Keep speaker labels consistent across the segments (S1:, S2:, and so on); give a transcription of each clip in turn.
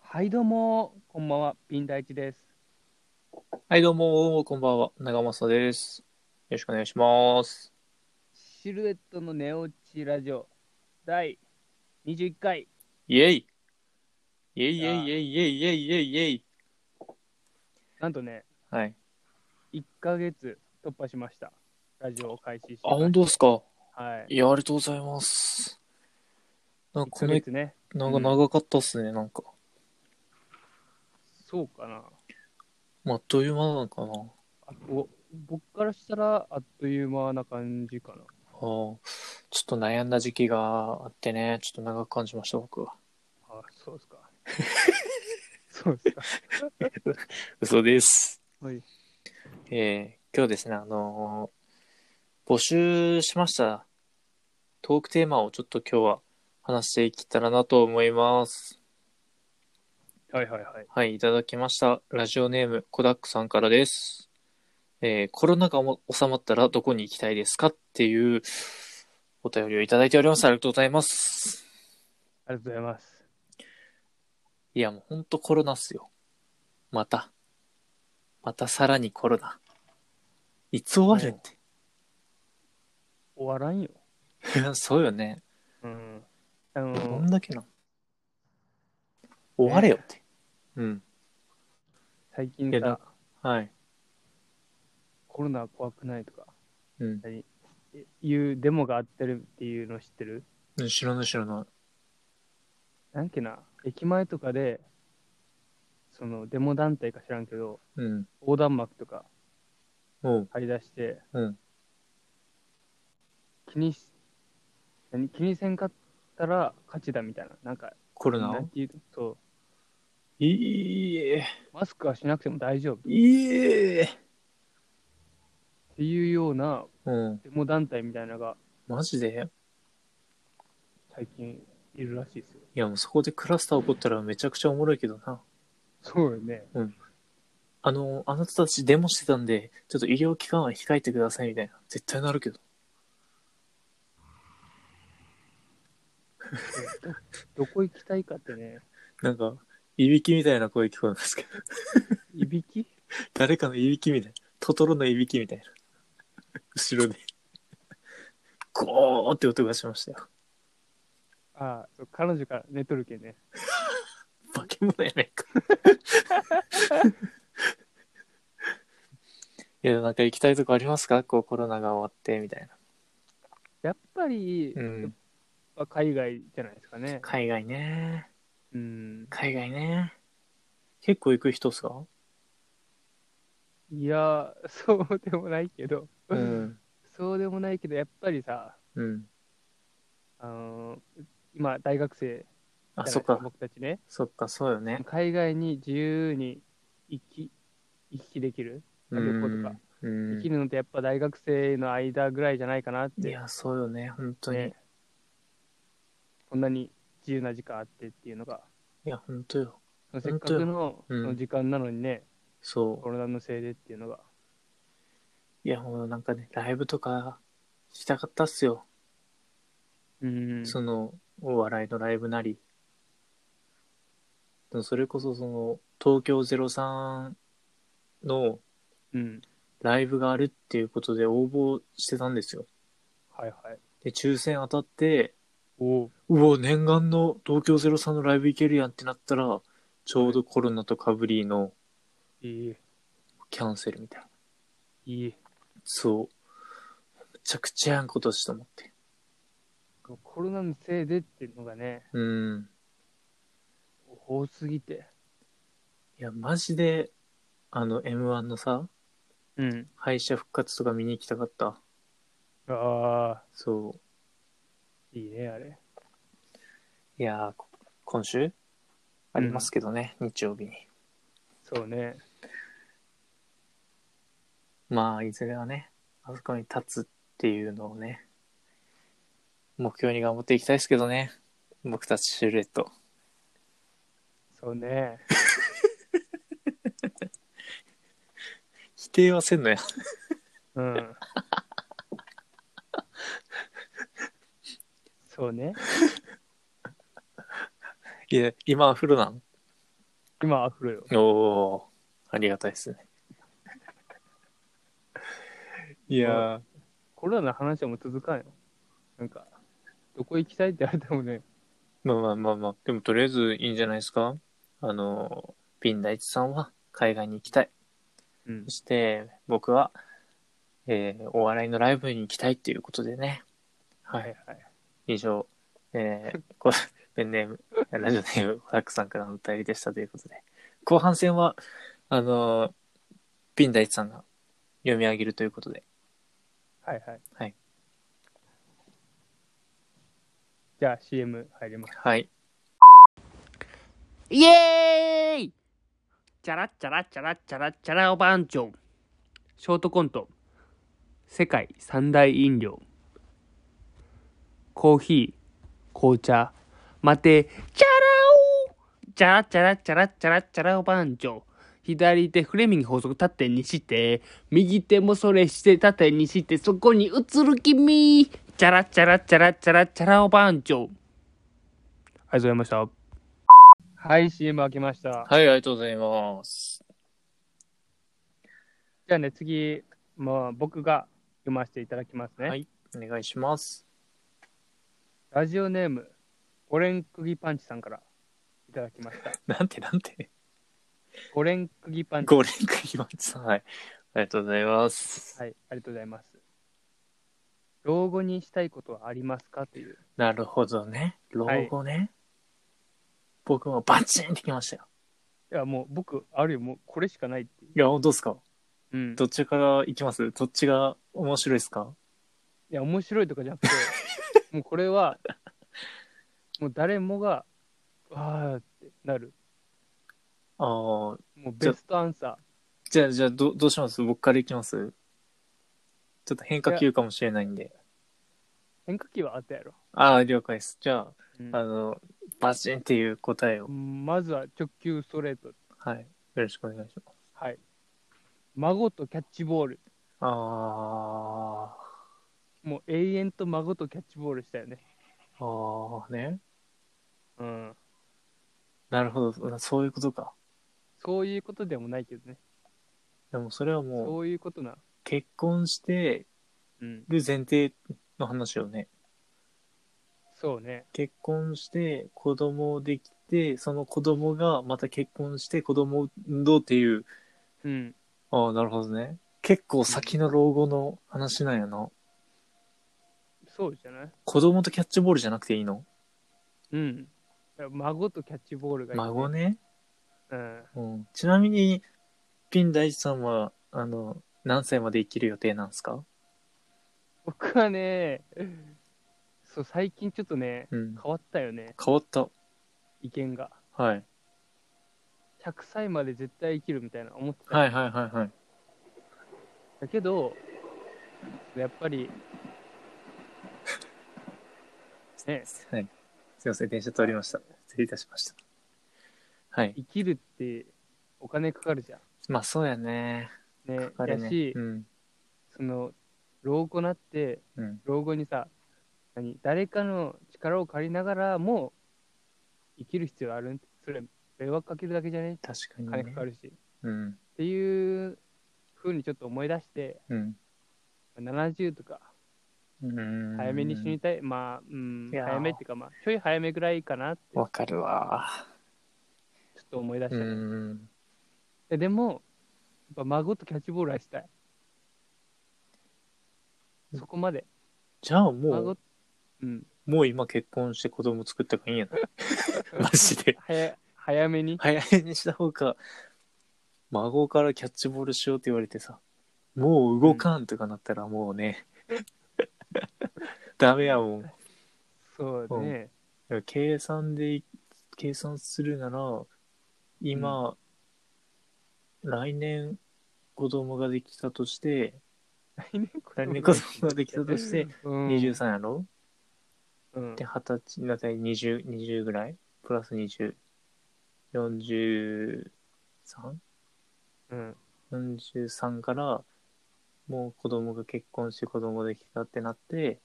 S1: はい、どうも、こんばんは、ピン大地です。
S2: はい、どうも、こんばんは。長政です。よろしくお願いします。
S1: シルエットの寝落ちラジオ、第21回。
S2: イェイイェイイェイイェイイェイイェイイェイイェイ
S1: なんとね、
S2: はい。
S1: 1ヶ月突破しました。ラジオを開始して。
S2: あ、本当ですか
S1: はい。
S2: いや、ありがとうございます。なんか、
S1: 1ヶ
S2: この、
S1: 月ね。
S2: なんか長かったっすね、なんか。
S1: そうかな。
S2: まあ、あっという間なのかな。
S1: あお僕からしたら、あっという間な感じかな。
S2: あーちょっと悩んだ時期があってね、ちょっと長く感じました、僕は。
S1: あ、そうですか。 そうですか。
S2: 嘘です。
S1: はい。
S2: えー今日ですね、あのー募集しましたトークテーマをちょっと今日は話していけたらなと思います。
S1: はいはいはい。
S2: はい、いただきました。ラジオネーム、コダックさんからです。えーコロナがも収まったらどこに行きたいですかっていうお便りをいただいております。ありがとうございます。
S1: ありがとうございます。
S2: いや、もうほんとコロナっすよ。また。またさらにコロナ。いつ終わるんって。
S1: 終わらんよ。
S2: そうよね。
S1: うん。あ
S2: ど
S1: の
S2: んだけな。終われよって。うん。
S1: 最近
S2: いや
S1: さ
S2: だ、はい。
S1: コロナ怖くないとか
S2: うん。
S1: いうデモがあってるっていうの知ってる
S2: 知らない知らない。
S1: なんけな、駅前とかで、そのデモ団体か知らんけど、
S2: うん。
S1: 横断幕とか
S2: おう。
S1: 張り出して、
S2: うん。
S1: 気にし、何気にせんかったら勝ちだみたいな。なんか、
S2: コロ
S1: な
S2: ナ
S1: んていうそ
S2: いいえ。
S1: う、マスクはしなくても大丈夫っ
S2: いいえ。
S1: ていうような
S2: うん。
S1: デモ団体みたいなのが
S2: マジで
S1: 最近いるらしいですよ。
S2: いや、もうそこでクラスター起こったらめちゃくちゃおもろいけどな。
S1: そうよね。
S2: あの、あなたたちデモしてたんで、ちょっと医療機関は控えてくださいみたいな。絶対なるけど。
S1: どこ 行きたいかってね、
S2: なんか、いびきみたいな声聞こえますけど。
S1: いびき
S2: 誰かのいびきみたいな。トトロのいびきみたいな。後ろで。ゴーって音がしましたよ。
S1: ああ、そう彼女から寝とるけね。
S2: 化け物やねんか。いや、なんか行きたいとこありますかこうコロナが終わってみたい
S1: やっぱり、
S2: な。うん。
S1: やっぱ海外じゃないですかね。
S2: 海外ね。
S1: うん。
S2: 海外ね。結構行く人っすか
S1: いや、 そうでもないけど、
S2: うん。
S1: そうでもないけど、やっぱりさ、
S2: うん。
S1: あのー今、大学生じゃない
S2: あ、
S1: です
S2: そっ
S1: か
S2: か。
S1: 僕たちね、
S2: そっか、そうよね。
S1: 海外に自由に行き行き来できる、
S2: う
S1: 旅行
S2: ん
S1: とか、
S2: うん
S1: できるのってやっぱ大学生の間ぐらいじゃないかなっ
S2: い
S1: て、
S2: や、そうよね。本当に
S1: ね。こんなに自由な時間あってっていうのが、
S2: いや、本当よ。
S1: そのせっ
S2: 本
S1: か
S2: 当よ
S1: くの,、
S2: うん
S1: その時間なのにね、
S2: そう。
S1: コロナのせいでっていうのが、
S2: いや、もうなんかね、ライブとかしたかったっすよ。
S1: うん、
S2: その、お笑いのライブなり。でもそれこそその、東京03の
S1: うん、
S2: ライブがあるっていうことで応募してたんですよ。
S1: はいはい。
S2: で、抽選当たって、
S1: おう
S2: うお、念願の東京03のライブ行けるやんってなったら、ちょうどコロナとかぶりの
S1: いい、
S2: キャンセルみたいな。
S1: いい。
S2: そう。めちゃくちゃやんことしと思って。
S1: コロナのせいでっていうのがね、
S2: うん。
S1: 多すぎて。
S2: いや、マジで、あの、M1 のさ、
S1: うん。
S2: 敗者復活とか見に行きたかった。
S1: ああ、
S2: そう。
S1: いいね、あれ。
S2: いやーこ今週ありますけどね、日曜日に。
S1: そうね。
S2: まあ、いずれはね、あそこに立つっていうのをね、目標に頑張っていきたいですけどね。僕たちシルエット。
S1: そうね。
S2: 否定はせ んのや。
S1: うん。そうね。
S2: いや、今は風呂なの
S1: 今はアフロよ。
S2: おおーありがたいですね。 いや
S1: コロナの話はもう続かんよ。なんか、どこ行きたいって言われてもね、
S2: ー、まあまあまあまあ、でもとりあえずいいんじゃないですかあの、ピン大地さんは海外に行きたい。
S1: うん
S2: そ、して、僕は、えーお笑いのライブに行きたいっていうことでね。は
S1: はい
S2: い。
S1: はい。
S2: 以上、えー、 こペンネーム、ラジオネーム、コラックさんからのお便りでしたということで。後半戦は、あのーピン大地さんが読み上げるということで。
S1: はいはい。
S2: はい。
S1: じゃあ CM 入ります。
S2: はい。
S3: イエーイチャラッチャラッチャラッチャラッチャラおばんちょん。ショートコント。世界三大飲料。コーヒー、紅茶、マテ、チャラオチャラッチャラッチャラッチャラッチャラおばんちょん。左手フレミング法則縦にして、右手もそれして縦にして、そこに映る君チャラッチャラッチャラッチャラッチャラおばんちょん。ありがとうございました。
S1: はい、CM 開けました。
S2: はい、ありがとうございます。
S1: じゃあね、次、まあ僕が読ませていただきますね。
S2: はいお願いします。
S1: ラジオネーム、ゴレンクギパンチさんからいただきま した。
S2: なんてなんて。
S1: ゴレンクギパンチ。
S2: ご連絡ひまちさん。はい。ありがとうございます。
S1: はい、ありがとうございます。老後にしたいことはありますかという。
S2: なるほどね。老後ね。僕もバチンってきましたよ。
S1: いや、もう僕、あるよ、もうこれしかないっていう。
S2: いや、どうですか
S1: うん。
S2: どっちから行きますどっちが面白いですか
S1: いや、面白いとかじ ゃなくて、もうこれは、もう誰もが、わーってなる。
S2: ああ、
S1: もうベストアンサ
S2: じゃあ、じゃあ、どどうします僕から行きますちょっと変化球かもしれないんで。
S1: ー。変化球はあったやろ。
S2: ああ、了解です。じゃあ、
S1: うん
S2: あの、バチンっていう答えを。
S1: まずは直球ストレート。
S2: はい。よろしくお願いします。
S1: はい。孫とキャッチボール。
S2: あ
S1: もう永遠と孫とキャッチボールしたよね。
S2: あ、ああ、ね。
S1: うん。
S2: なるほど。そういうことか。
S1: そういうことでもないけどね。
S2: でも、それはもう、
S1: そういうことな。
S2: 結婚して
S1: うん。
S2: る前提の話よね。
S1: そうね。
S2: 結婚して子供できてその子供がまた結婚して子供を産どうっていう
S1: うん。
S2: ああなるほどね結構先の老後の話なんやな
S1: そうじゃない
S2: 子供とキャッチボールじゃなくていいの
S1: うん。孫とキャッチボールがいい。
S2: 孫ね、
S1: うん。
S2: うん、ちなみにピン大地さんはあの何歳まで生きる予定なんですか
S1: 僕はね、そう、最近ちょっとね、
S2: うん
S1: 変わったよね。
S2: 変わった
S1: 意見が。
S2: はい
S1: 100歳まで絶対生きるみたいな思ってた。
S2: はいはいはいはい
S1: だけど、やっぱり、 ね、
S2: はいすいません電車通りました失礼いたしましたはい
S1: 生きるってお金かかるじゃ
S2: まあそうやね
S1: ん。ね。
S2: あれ
S1: だ
S2: ね
S1: し、
S2: うん
S1: その、老後なって、
S2: うん
S1: 老後にさ何誰かの力を借りながらも生きる必要あるんそれ迷惑かけるだけじゃね
S2: 確かに
S1: 金
S2: ね
S1: かかるし、っ
S2: うん
S1: ていうふうにちょっと思い出して
S2: うん
S1: 70とか早
S2: 早
S1: めに死にたい、まあ、うん、
S2: いやー
S1: 早めっていうかまあちょい早めぐらいかなってちょ
S2: わかるわ
S1: っと思い出し
S2: う
S1: たね、
S2: ん
S1: ででもやっぱ孫とキャッチボールはしたいそこまで
S2: じゃあも
S1: 孫うん
S2: うもう今結婚して子供作った方がいい んやなマジで
S1: 早早めに
S2: 早めにした方が孫からキャッチボールしようって言われてさもう動かんとかなったらもう ね、ダメやもん
S1: そうね、
S2: 計算で計算するなら今、来年子供ができたとして
S1: 来年子
S2: 来年子供ができたとして
S1: うん
S2: 23やろ、
S1: うん
S2: で、二十歳、だいたい20、20ぐらいプラス20。43?43
S1: うん
S2: から、もう子供が結婚して子供できたってなって、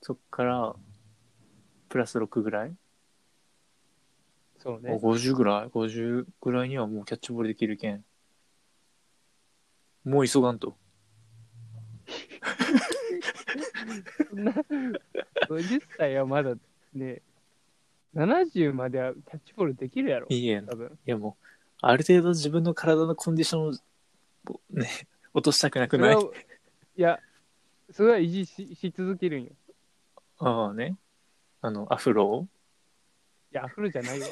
S2: そっから、プラス6ぐらい
S1: そうね。
S2: 50ぐらい ?50 ぐらいにはもうキャッチボールできるけん。もう急がんと。
S1: そんな、50歳はまだね、70まではキャッチボールできるやろ、
S2: いいやん。い
S1: 多分。
S2: やもう、ある程度自分の体のコンディションを、ぼね、 落としたくなく
S1: そ
S2: な
S1: れ
S2: い。
S1: を、いや、それは維持しし続けるんよ。
S2: ああね。あの、アフロを
S1: いや、アフロじゃない よ。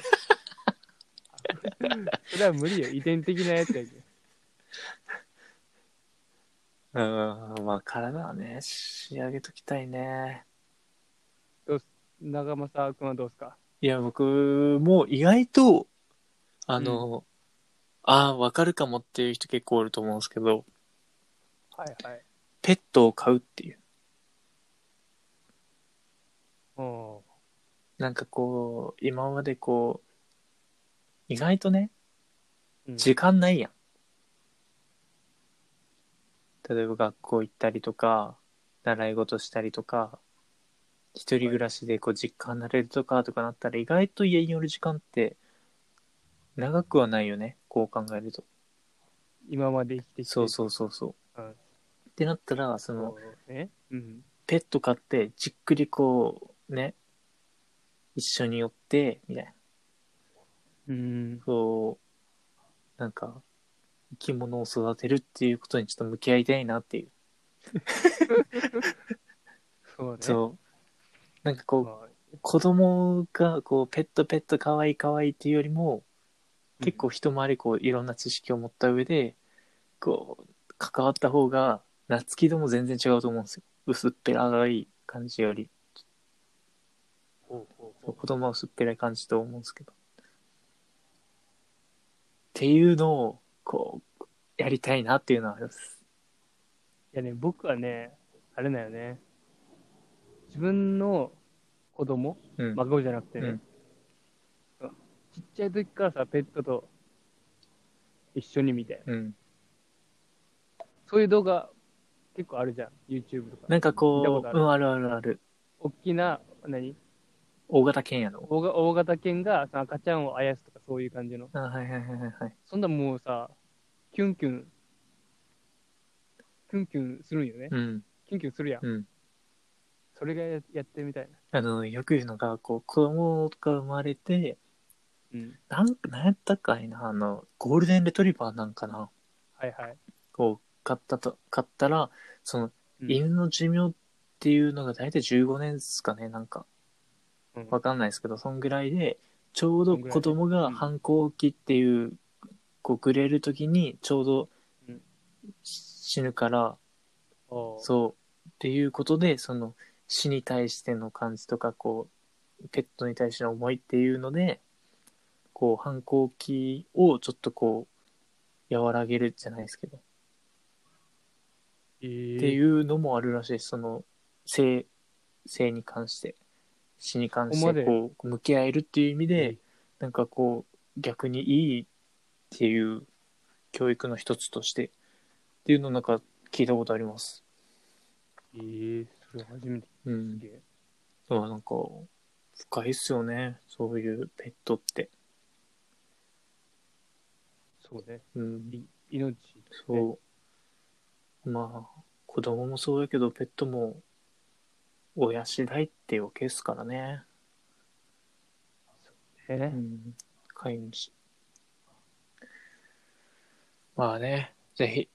S1: それは無理よ。遺伝的なやつやけん。
S2: うん、まあ体はね、仕上げときたいね。
S1: 長政君はどうすか
S2: いや、僕も意外と、あの、ああ、わかるかもっていう人結構おると思うんですけど、
S1: はいはい。
S2: ペットを飼うっていう。
S1: うん。
S2: なんかこう、今までこう、意外とね、
S1: うん
S2: 時間ないやん。例えば学校行ったりとか、習い事したりとか、一人暮らしでこう実家離れるとかとかなったら意外と家に寄る時間って長くはないよね。こう考えると。
S1: 今まで生きてきて。
S2: そうそうそうそう。
S1: うん
S2: ってなったら、その、
S1: そうね。うん。
S2: ペット飼ってじっくりこう、ね、一緒に寄って、みたいな。
S1: うん。
S2: そう、なんか、生き物を育てるっていうことにちょっと向き合いたいなっていう。
S1: そうね。
S2: そう。なんかこ
S1: まあ
S2: う、子供がこう、ペットペット可愛い可愛いっていうよりも、
S1: うん
S2: 結構一回りこう、いろんな知識を持った上で、こう、関わった方が、夏希とも全然違うと思うんですよ。薄っぺらい感じより、
S1: ほうほうほう
S2: 子供は薄っぺらい感じと思うんですけど。っていうのを、こう、やりたいなっていうのはあります。
S1: いやね、僕はね、あれだよね。自分の子供、
S2: うん
S1: 孫じゃなくてね、
S2: うん
S1: ちっちゃい時からさ、ペットと一緒にみたいな。
S2: うん、
S1: そういう動画結構あるじゃん、YouTube とか。
S2: なんかこ
S1: 見たこ
S2: う、
S1: とある
S2: うん、あるあるある。
S1: 大きな、何
S2: 大型犬やの。
S1: 大が大型犬がその赤ちゃんをあやすとかそういう感じの。
S2: あ、はいはいはいはいはい。
S1: そんなもうさ、キュンキュン、キュンキュンするんよね。
S2: うん、
S1: キュンキュンするやん。
S2: うん。
S1: それがややってみたいな。
S2: あの、よく言うのが、こう、子供が生まれて、
S1: うん。
S2: なんか、なんやったかいな、あの、ゴールデンレトリバーなんかな。
S1: はいはい。
S2: こう、買ったと、買ったら、その、
S1: うん
S2: 犬の寿命っていうのが大体15年ですかね、なんか。
S1: うん
S2: わかんないですけど、そんぐらいで、ちょうど子供
S1: う
S2: が
S1: ん
S2: 反抗期っていう、こう、くれるときに、ちょうど
S1: うん
S2: 死ぬから、
S1: おう
S2: そう。っていうことで、その死に対しての感じとか、こう、ペットに対しての思いっていうので、こう、反抗期をちょっとこう、和らげるじゃないですけど、っ
S1: え
S2: て
S1: ー
S2: いうのもあるらしいです。その、性、性に関して、死に関し
S1: ここま
S2: て、
S1: で
S2: こう、向き合えるっていう意味で、
S1: うん
S2: なんかこう、逆にいいっていう教育の一つとして、っていうのなんか聞いたことあります。
S1: えー、それ初めて
S2: う
S1: 聞
S2: ん
S1: い。て。
S2: そう、なんか、深いっすよね。そういうペットって。
S1: そうね。
S2: うん、
S1: い命。
S2: そう。まあ、子供もそうやけど、ペットも、親次第っていうわけですからね。う
S1: ね。
S2: ん。飼い主。まあね、ぜひ、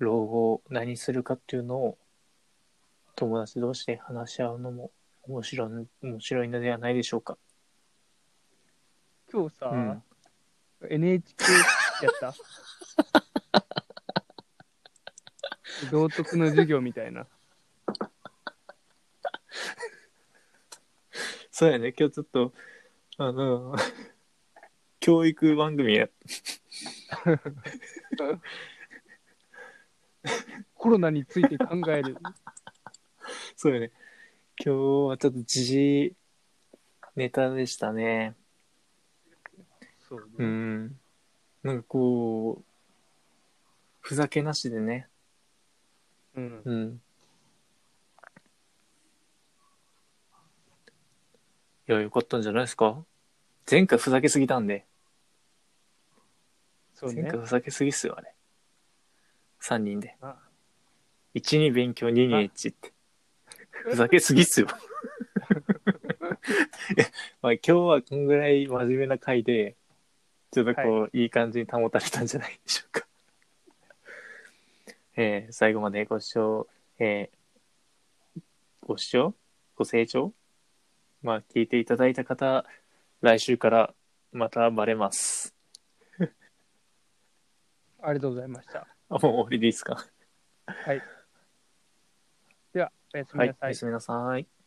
S2: 老後何するかっていうのを、友達同士で話し合うのも面白い、面白いのではないでしょうか。
S1: 今日さ、
S2: うん
S1: NHK やった 道徳の授業みたいな。
S2: そうやね、今日ちょっと、あの、 教育番組や。
S1: コロナについて考える。
S2: そうやね。今日はちょっと時事ネタでしたね。
S1: そう
S2: う
S1: ね。
S2: ん。なんかこう、ふざけなしでね。
S1: うん。
S2: うん。いや、よかったんじゃないですか前回ふざけすぎたんで、
S1: そう
S2: 前
S1: ね
S2: 回。ふざけすぎっすよ、あれ。3人で。
S1: あ
S2: 1に勉強、2にエッチって。ふざけすぎ っすよ。いやまあ今日はこんぐらい真面目な回で、ちょっとこう、い、い感じに保たれたんじゃないでしょうか。えー最後までご視聴、えーご視聴ご清聴まあ聞いていただいた方、来週からまたバレます。
S1: ありがとうございました。
S2: あ、もう終わりでいいですか
S1: はい。では、おやすみ
S2: は、
S1: ないさ
S2: お
S1: い
S2: やす。みなさい。